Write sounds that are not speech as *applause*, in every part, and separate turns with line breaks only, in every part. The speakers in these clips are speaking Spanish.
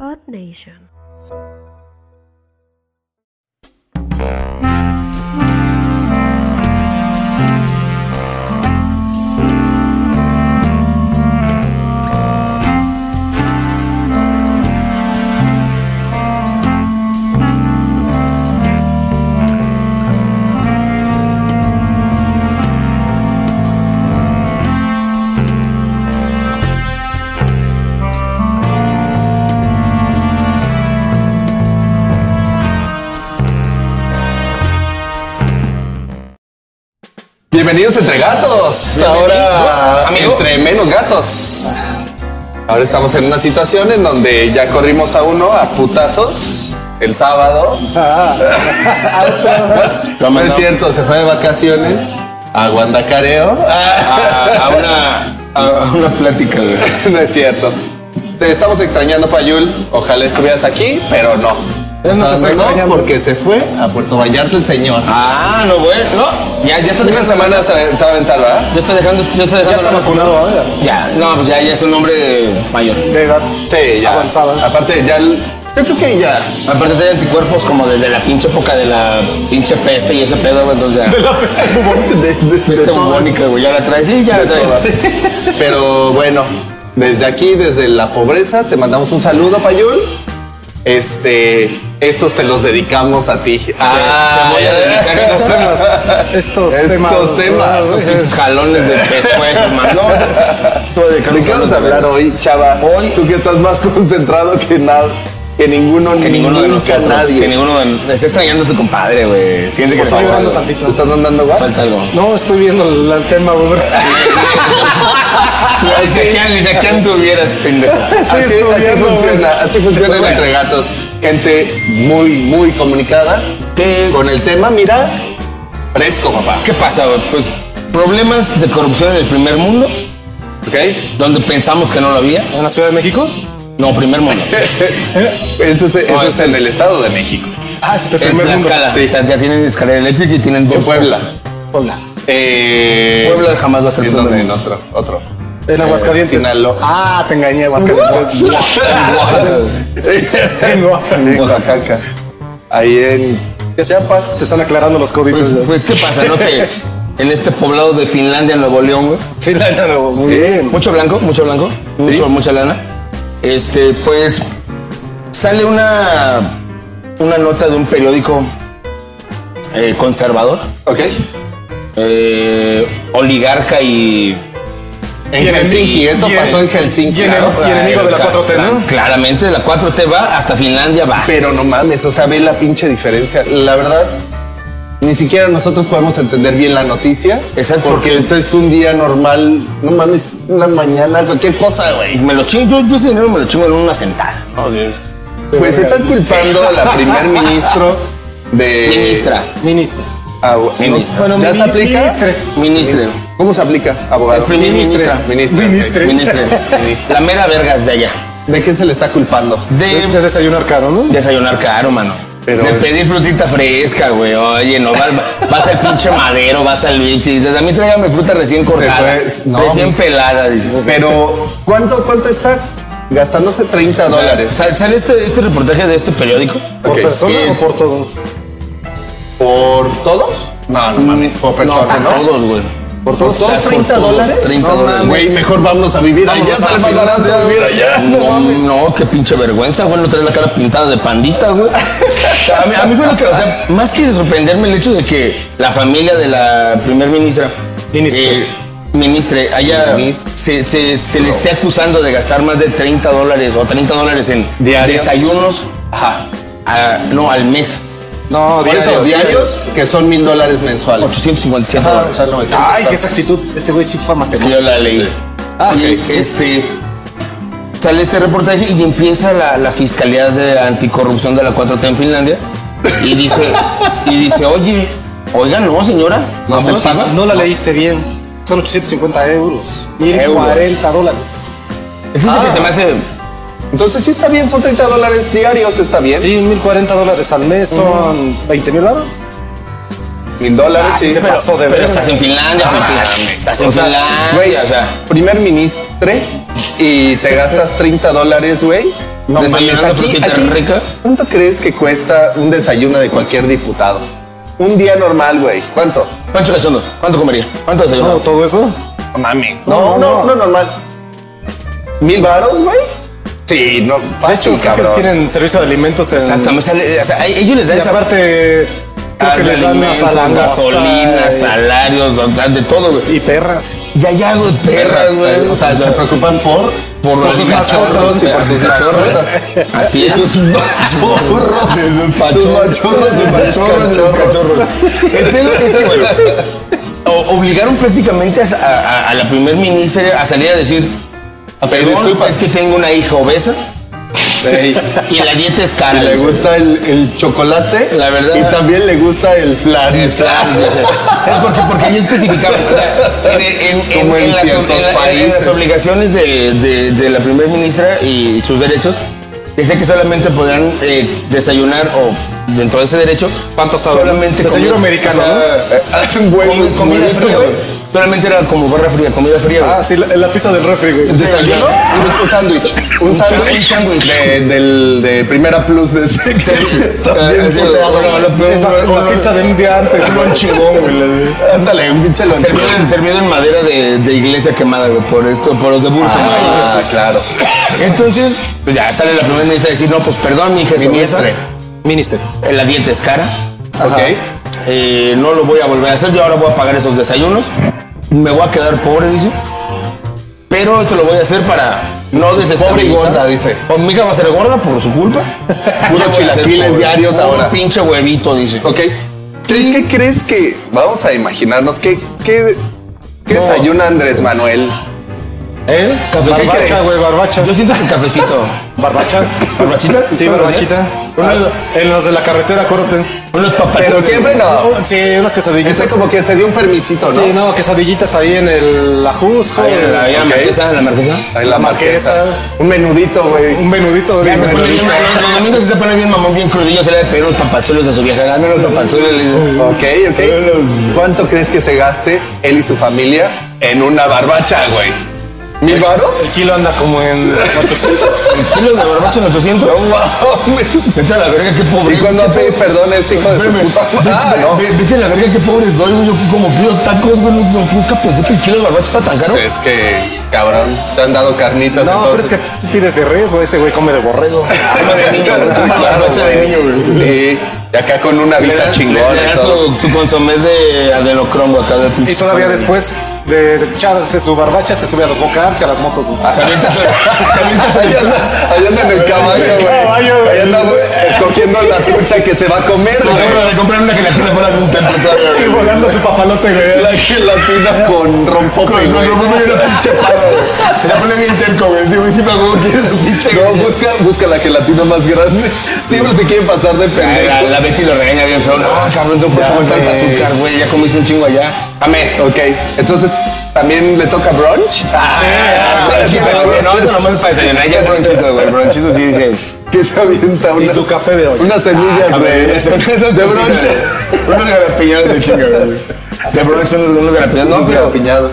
Earth Nation.
Bienvenidos entre gatos. Ahora, entre menos gatos. Ahora estamos en una situación en donde ya corrimos a uno a putazos el
*laughs*
sábado. no es cierto, se fue de vacaciones a Guandacareo. *laughs*
Ah, a, a una, a una plática. güey.
no es cierto. Te estamos extrañando, Payul. Ojalá estuvieras aquí, pero no.
Él no te está
Sabes,
extrañando.
porque se fue a Puerto Vallarta el señor.
Ah, no, bueno. No, ya, ya estoy
Una
dejando.
semana se, se va a aventar, ¿verdad?
Ya estoy dejando. Ya estoy dejando.
Ya está
la-
vacunado ahora,
Ya, no, pues ya, ya es un hombre mayor.
de edad.
Sí, ya.
Avanzada.
Aparte, ya. el- Yo creo que ya.
Aparte tiene anticuerpos como desde la pinche época de la pinche peste y ese pedo, güey, entonces ya.
la peste bubónica. *laughs* De, de- de
Peste
todo.
bubónica, güey, ya la traes. Sí, ya la traes.
*laughs* Pero bueno, desde aquí, desde la pobreza, te mandamos un saludo, Payul. Este, estos te los dedicamos a ti. Ah,
te voy a dedicar *laughs* Ah, estos temas.
Estos,
Estos
temas.
temas.
Esos jalones de *laughs* pescuezos, mano. Tú a dedicar
¿De
un
qué vamos a
jalón de-
hablar hoy, chava?
Hoy-
tú que estás más *laughs* concentrado que nada, que ninguno,
Que ninguno de
nunca
nosotros,
nadie.
que ninguno de Me está extrañando su compadre, güey. Siente que le
Está
falta
llorando
algo.
tantito.
¿Te estás mandando gas? *laughs*
Falta algo.
No, estoy viendo el, el tema, güey.
Ni siquiera, ni siquiera tuvieras,
*laughs*
pendejo.
Estoy
así, así
estudiando, güey.
funciona, así funciona en
Bueno.
Entre Gatos. Gente muy, muy comunicada.
¿Qué,
Con el tema, mira, fresco, papá.
¿Qué pasa, güey? Pues problemas de corrupción en el primer mundo,
*laughs*
¿Ok?
donde pensamos que no lo había.
¿En la Ciudad de México?
No,
*laughs*
primer mundo.
Eso es, eso
No,
es
eso
en
es-
el Estado de México.
Ah, sí, es el
En
primer mundo.
Tlaxcala.
Sí.
O sea, ya tienen escalera eléctrica y tienen dos.
En Puebla.
Hola.
Eh,
Puebla jamás va a ser
¿En
primer
dónde? En
mundo.
otro, otro.
En Aguascalientes.
Sinaloa.
Ah, te engañé, Aguascalientes. En Oaxaca.
En Oaxaca. Ahí en
Que sea paz, se están aclarando los
*laughs*
códigos.
Pues,
güey.
pues, ¿qué pasa, no? Que en este poblado de Finlandia, Nuevo León, güey.
Finlandia, no, muy bien.
Eh, Mucho blanco, mucho blanco, mucho, mucha lana. Este, pues sale una una nota de un periódico eh, conservador,
Ok.
eh, oligarca y
En
Y en-
Helsinki. Esto
y en-
pasó en Helsinki.
y en-
claro.
y enemigo de la
Cla-
4T, ¿no?
cla- Claramente, la 4T va hasta Finlandia va.
Pero no mames, o sea, ve la pinche diferencia. La verdad, ni siquiera nosotros podemos entender bien la noticia.
Exacto.
Porque eso es un día normal. No mames, una mañana, cualquier cosa,
Y
güey.
Me lo chingo, yo, yo ese dinero me lo chingo en una sentada.
Pues están culpando a la primer ministro
Eh,
de.
Ministra,
Ministra.
Ah, bueno,
Ministra.
Bueno,
¿Ya se
mini-
aplica?
ministre.
ministre,
¿Cómo se aplica, abogado?
primer ministra.
Ministra. ok.
Ministre.
ministre,
Ministra.
la mera vergas de allá.
¿De qué se le está culpando?
De
De desayunar caro, ¿no?
Desayunar caro, mano.
Pero-
de pedir frutita fresca, güey. Oye, no vas, vas al pinche madero, vas al Vips y dices, a mí tráigame fruta recién cortada.
fue- no.
Recién pelada, dices.
Pero, ¿cuánto, cuánto está gastándose 30 dólares?
Sal- Sale este, este reportaje de este periódico.
¿Por
Ok,
persona
bien.
o por todos?
¿Por todos? No, no mames, por persona, ¿no?
por todos, güey.
¿Por todos,
O sea, por
30
todos,
dólares?
30 dólares.
Güey, mejor vámonos a vivir allá,
Vámonos a
sale más
vivir.
barato vivir allá. No
No,
mames.
no, qué pinche vergüenza, güey, no traer la cara pintada de pandita, güey. A mí, a mí fue lo que, o sea, más que sorprenderme el hecho de que la familia de la primer ministra,
Ministre.
eh, ministre, haya,
Ministro.
se, se- se le esté acusando de gastar más de 30 dólares o 30 dólares en
Diarios.
desayunos,
Ajá.
a- no, al mes,
No,
Por eso, diarios que son mil dólares mensuales.
857
Ajá, o
dólares.
sea, no, es-
Ay, qué exactitud. Este güey sí fue
Es que
matemático.
yo la leí.
Ah,
y
ok.
este sale este reportaje y empieza la, la fiscalía de anticorrupción de la 4T en Finlandia y dice y dice, "Oye, oiga, no, señora,
No se
vámonos,
paga.
¿sí?
No la leíste bien. Son 850 euros.
Euros.
1040 dólares.
Es lo que se me hace
Entonces sí está bien, son 30 dólares diarios, está bien.
Sí, 1040 dólares al mes son 20 mil dólares.
Mil dólares,
Ah, sí
sí.
se
pero,
pasó de
pero
verga.
estás en Finlandia,
No
papi.
Ah, mames.
Estás en
O sea,
Finlandia,
güey,
o sea,
primer ministre y te gastas 30 dólares, güey.
No
Mames,
desayunando
aquí-
frutita
aquí,
rica.
¿Cuánto crees que cuesta un desayuno de cualquier diputado? Un día normal, güey. ¿Cuánto?
Pancho Cachondo, ¿cuánto comería? ¿Cuánto
No,
desayuno?
todo eso.
No mames. No, no,
No, no,
no,
no.
normal. ¿Mil varos, güey? Ah, Sí, no,
De
fácil,
hecho, creo que
cabrón.
tienen servicio de alimentos en.
Exactamente, sale- o sea, a ellos les da
Y
esa parte
aparte, creo que les dan
alimentos,
hasta la
eh,
gasolina,
gasolina
salarios, o sea, de todo, güey.
y perras.
Ya, ya, güey, perras, güey.
O sea, se preocupan por,
por
por
los
sus
cachorros,
mascotas y por
güey.
sus cachorros.
Así es.
Sus machorros. *laughs* Sus machorros, sus
Cachorros,
machorros, sus cachorros.
El pedo es que, bueno, o- obligaron prácticamente a, a- a la primer ministra a salir a decir, "Ah,
pedir
perdón,
disculpas".
es que tengo una hija obesa
Sí.
y la dieta es cara.
Le
dice.
gusta el, el chocolate.
La verdad.
Y también le gusta el flan.
El plan, dice. es porque, porque ahí especificaban, o sea, en, en- en-
Como en
las,
ciertos
en la- en
países.
las obligaciones de, de- de la primer ministra y sus derechos, decía que solamente podrán eh, desayunar o dentro de ese derecho,
Pan tostado,
solamente
¿no? Desayuno
comi-
americano,
sea,
Eh, ah, Un buen
comi-
un
comida
huevito,
fría,
güey.
güey. Solamente era como barra fría, comida fría. güey.
Ah, sí, la, la pizza del refri, güey.
¿Desayuno? Un- Un sándwich. Un
Un
sándwich.
sándwich.
De, del, de primera plus de ese. Está bien
Ah, sí,
puteado,
bueno,
güey.
lo peor,
Es la,
lo-
la
lo-
pizza de un día antes.
lo chingón, güey, la de-
Ándale, un pinche lonchón.
Servido en, servido en madera de, de iglesia quemada, güey, por esto, por los de Bursa.
Ah, claro.
Entonces, pues ya sale la primera ministra a decir, no, pues perdón, mi hija es obesa,
Ministre.
Minister.
eh, la dieta es cara,
Ok.
eh, no lo voy a volver a hacer, yo ahora voy a pagar esos desayunos, me voy a quedar pobre, dice, pero esto lo voy a hacer para no desestabilizar.
Pobre y gorda, dice.
O mi hija va a ser gorda por su
*laughs*
culpa. Yo voy a ser
chilaquiles
pobre,
diarios
puro
ahora.
pinche huevito, dice.
Ok. ¿Qué, qué crees que.? Vamos a imaginarnos. ¿Qué, qué, qué
No.
desayuna Andrés Manuel?
¿Eh?
Cafecito.
Barbacha,
crees?
güey, barbacha.
Yo siento que cafecito.
*laughs* ¿Barbacha?
¿Barbachita?
Sí, barbachita.
Unos,
Ah, en los de la carretera, acuérdate.
unos papachitos.
Pero siempre no.
Sí, unas quesadillitas.
Ese como que se dio un permisito, ¿no?
Sí, no, quesadillitas ahí en el Ajusco.
Ahí en la- ahí en la
Ok.
marquesa, en la marquesa.
Ahí la marquesa.
marquesa.
Un menudito, güey.
Un menudito.
Ya
güey,
se pone bien
menudito.
mamón, Los domingos sí se pone bien mamón, bien crudillo. Se le debe pedir unos papazuelos a su vieja. Dame unos papazuelos. le dice.
Ok, ok. ¿Cuánto crees que se gaste él y su familia en una barbacha, güey? ¿Mil
El
varos?
kilo anda como en 800.
El kilo de barbacho en 800.
*laughs* No mames.
Vete a la verga, qué pobre.
Y cuando pide perdón es hijo de su
Espérame,
puta madre.
vete-
Ah, no.
ve- Vete a la verga, qué pobre soy, güey. Yo como pido tacos, güey. no- no- Nunca pensé que el kilo de barbacho está tan caro.
Pues es que, cabrón, te han dado carnitas
No, pero es que
entonces.
tú pides de res, güey. Ese güey come de borrego.
*laughs*
*laughs*
claro,
Barbacha de
güey.
niño, güey.
Sí, y acá con una
Le
vista
dan-
chingona
le
y
dan
todo.
su, su consomé de adenocromo acá de pinche.
Y todavía después de echarse su barbacha, se sube a los bocarcha, a las motos. güey.
Se
*laughs*
avienta su- se
Ahí
avienta su-
anda, ahí anda en el caballo,
caballo,
güey.
güey.
Ahí anda güey, escogiendo la trucha que se va a comer, güey.
Le compraron una gelatina fuera de un templo todavía, güey.
Y volando su papalote, güey.
La gelatina con rompope,
No,
güey.
no, no, no, era pinche pava, güey. La pone bien terco, güey. Sí, güey, sí, pero como quiere su pinche.
No, busca, busca la gelatina más grande. Siempre se quieren pasar de
La, la,
pendejo.
la Betty lo regaña bien feo. No, cabrón, no puedes
Ya,
comer tanta
güey.
azúcar, güey. Ya comiste un chingo allá.
Amé. Ok, entonces, ¿también le toca brunch? Ah,
Sí, pero, güey, no, eso nomás es para desayunar. Ya el bronchito, güey. El bronchito sí dice.
que se avienta
Y
unas,
su café de olla.
unas semillas
A
*laughs*
ver,
de,
este,
de bronche.
Unos garapiñados de chingo, güey. De bronche, unos, unos garapiñados. No, pero.
piñado.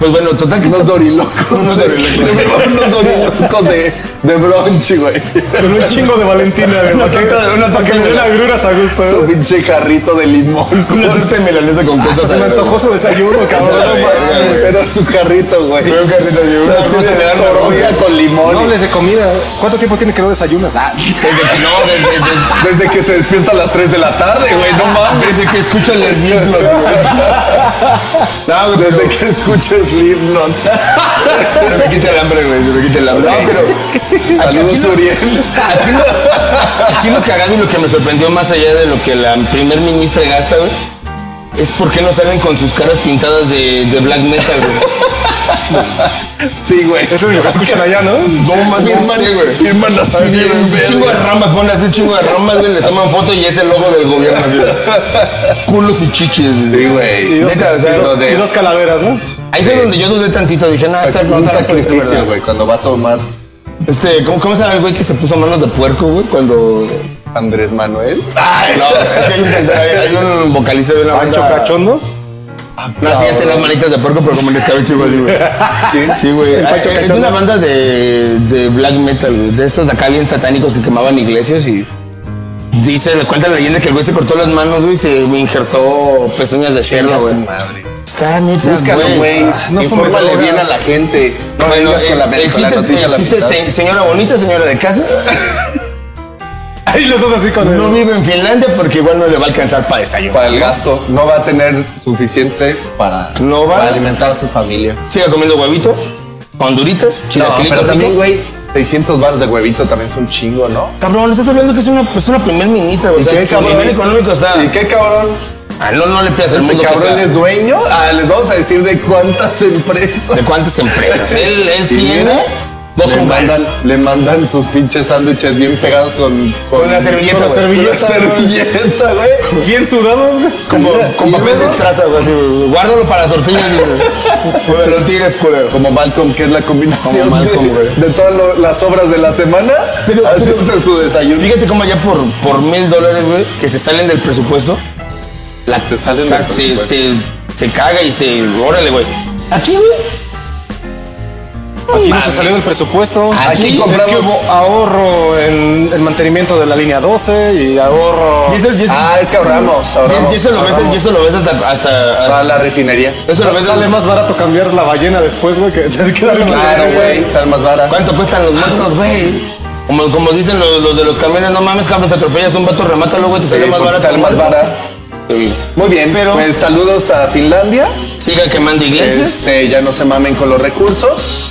Pues bueno, total que.
Unos dorilocos.
Unos
de-
dorilocos.
de verdad, unos dorilocos de, de bronche, güey.
Con un chingo de Valentina, güey. Para que,
una
pa' que le den agruras a gusto,
Su
güey.
pinche jarrito de limón.
Una torta de milanesa
Ah,
con
Hasta
cosas.
se me antojó su desayuno, cabrón.
Ay,
no mames.
güey.
Pero su jarrito, güey.
Fue un carrito de una
Así
cosa de
de
arma,
toronja
güey.
con limón.
No hables de comida. ¿Cuánto tiempo tiene que no desayunas? Ah,
Desde que no, desde, desde,
Desde que se despierta a las 3 de la tarde, güey. No mames.
Desde que escucho el Slipknot, güey. No, güey, pero-
Desde que escuches Slipknot.
se me quita el hambre, güey, se me quita el hambre. No, pero
Saludos, Uriel.
aquí lo, aquí lo cagado y lo que me sorprendió más allá de lo que la primer ministra gasta, güey, es por qué no salen con sus caras pintadas de, de black metal,
*laughs*
güey.
Sí, güey.
es lo único *laughs* que escuchan allá, ¿no?
No más, no
Firman,
sé, güey.
firman así
Así,
bien
un
verga.
chingo de ramas, ponen así un chingo de ramas, güey, les toman foto y es el logo del gobierno,
*laughs*
así, güey. Culos y chiches,
Sí,
güey.
Y
güey.
dos,
Neta, o sea,
y dos-
lo de-
y dos calaveras, ¿no?
Ahí fue donde yo dudé tantito, dije, nada, está
Un sacrificio, güey, cuando va a tomar
Este, ¿cómo, cómo se llama el güey que se puso manos de puerco, güey? Cuando.
Andrés Manuel.
Ah, *laughs* No, es que hay un, hay- hay un vocalista de una
Pancho
banda-
Cachondo.
No, sí, ya tenía las manitas de puerco, pero como el escabeche, güey. así, güey. Sí, güey.
El
Ay,
Pacho
Es
Cachondo.
una banda de, de black metal, güey, De estos de acá bien satánicos que quemaban iglesias y. Dice, le cuenta la leyenda que el güey se cortó las manos, güey, y se injertó pezuñas de cerdo, güey. Está neta,
Búscalo, güey.
Ah, no fumes
Infórmale
drogas.
bien a la gente. No
Ah, Bueno,
vengas con
el,
la,
el
con la
chiste es-
noticia a
el
la
chiste es,
mitad.
se- señora bonita, señora de casa,
*laughs* Ahí los dos así con
no
el.
vive en Finlandia porque igual no le va a alcanzar para desayunar.
Para el gasto. No va a tener suficiente para,
No va.
para alimentar a su familia.
Siga comiendo huevitos, honduritas,
No,
chilaquilitos.
pero también,
ricos.
güey, 600 baros de huevito también es un chingo, ¿no?
Cabrón, estás hablando que es una persona primer ministra, güey. O sea,
¿Qué
el nivel
es-
económico está.
¿Y qué cabrón?
Ah, no, no le pidas el
Este
mundo. que
cabrón
sea.
es dueño. Ah, les vamos a decir de cuántas *laughs* empresas.
¿De cuántas empresas? él él
*laughs* Y
tiene
mira,
dos
le
combates.
mandan, le mandan sus pinches sándwiches bien pegados con, con,
Con la servilleta,
con la
güey.
servilleta, servilleta, güey.
Bien sudados, güey.
Como,
Y
como papel de
luego-
estraza, güey. así, güey. Guárdalo para las tortillas.
*laughs*
güey. Para las tortillas, culero.
Como Malcolm, que es la combinación
Como Malcolm,
de-
güey.
de, todas lo- las obras de la semana,
Pero-
hace
pero-
su desayuno.
Fíjate cómo ya por, por mil dólares, güey, que se salen del presupuesto. La,
Se salen
o sea,
del
se,
presupuesto.
se, se caga y se. Órale, güey. Aquí, güey.
Aquí no
mames.
se salió del presupuesto.
Aquí
Aquí
compramos-
es que hubo ahorro en el mantenimiento de la línea 12 y ahorro.
Y eso- y eso-
Ah, es que ahorramos, ahorramos,
Y eso lo ves,
ahorramos.
y eso lo ves hasta. hasta
Para la refinería.
eso lo ves
Sale más barato cambiar la ballena después, güey, que *laughs* que darle la
Claro,
ballena,
güey, sal más vara.
¿Cuánto cuestan los muertos, güey? Como, como dicen los, los de los camiones, no mames, cabrón, te atropellas a un vato, remátalo, güey, te sale
Sí,
más
porque
barato.
sale más vara.
Sí.
Muy bien,
Pero-
pues saludos a Finlandia.
Siga quemando iglesias.
Este, ya no se mamen con los recursos.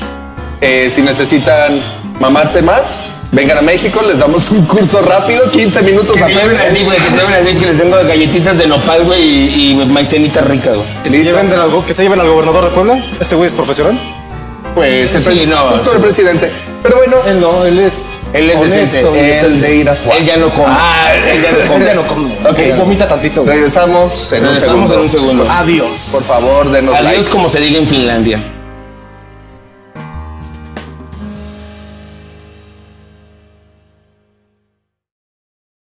Eh, si necesitan mamarse más, vengan a México, les damos un curso rápido, 15 minutos
Que se lleven
apenas.
así, güey, que se lleven así, que les tengo galletitas de nopal, güey, y, y maicenitas ricas, güey.
Que se,
Listo.
lleven del algo- que se lleven al gobernador de Puebla. Ese güey es profesional.
Pues el
Sí,
pre-
no,
justo
sí.
el presidente. Pero bueno,
Él no, él es.
Él es decente.
honesto,
el de
Él
Irapuato.
ya no come. Ah, él ya no come. ya no come.
Ok,
Él vomita tantito. güey.
Regresamos en un
Regresamos
segundo. Ah,
en un segundo.
Adiós.
Por favor, denos
Adiós
like.
como se diga en Finlandia.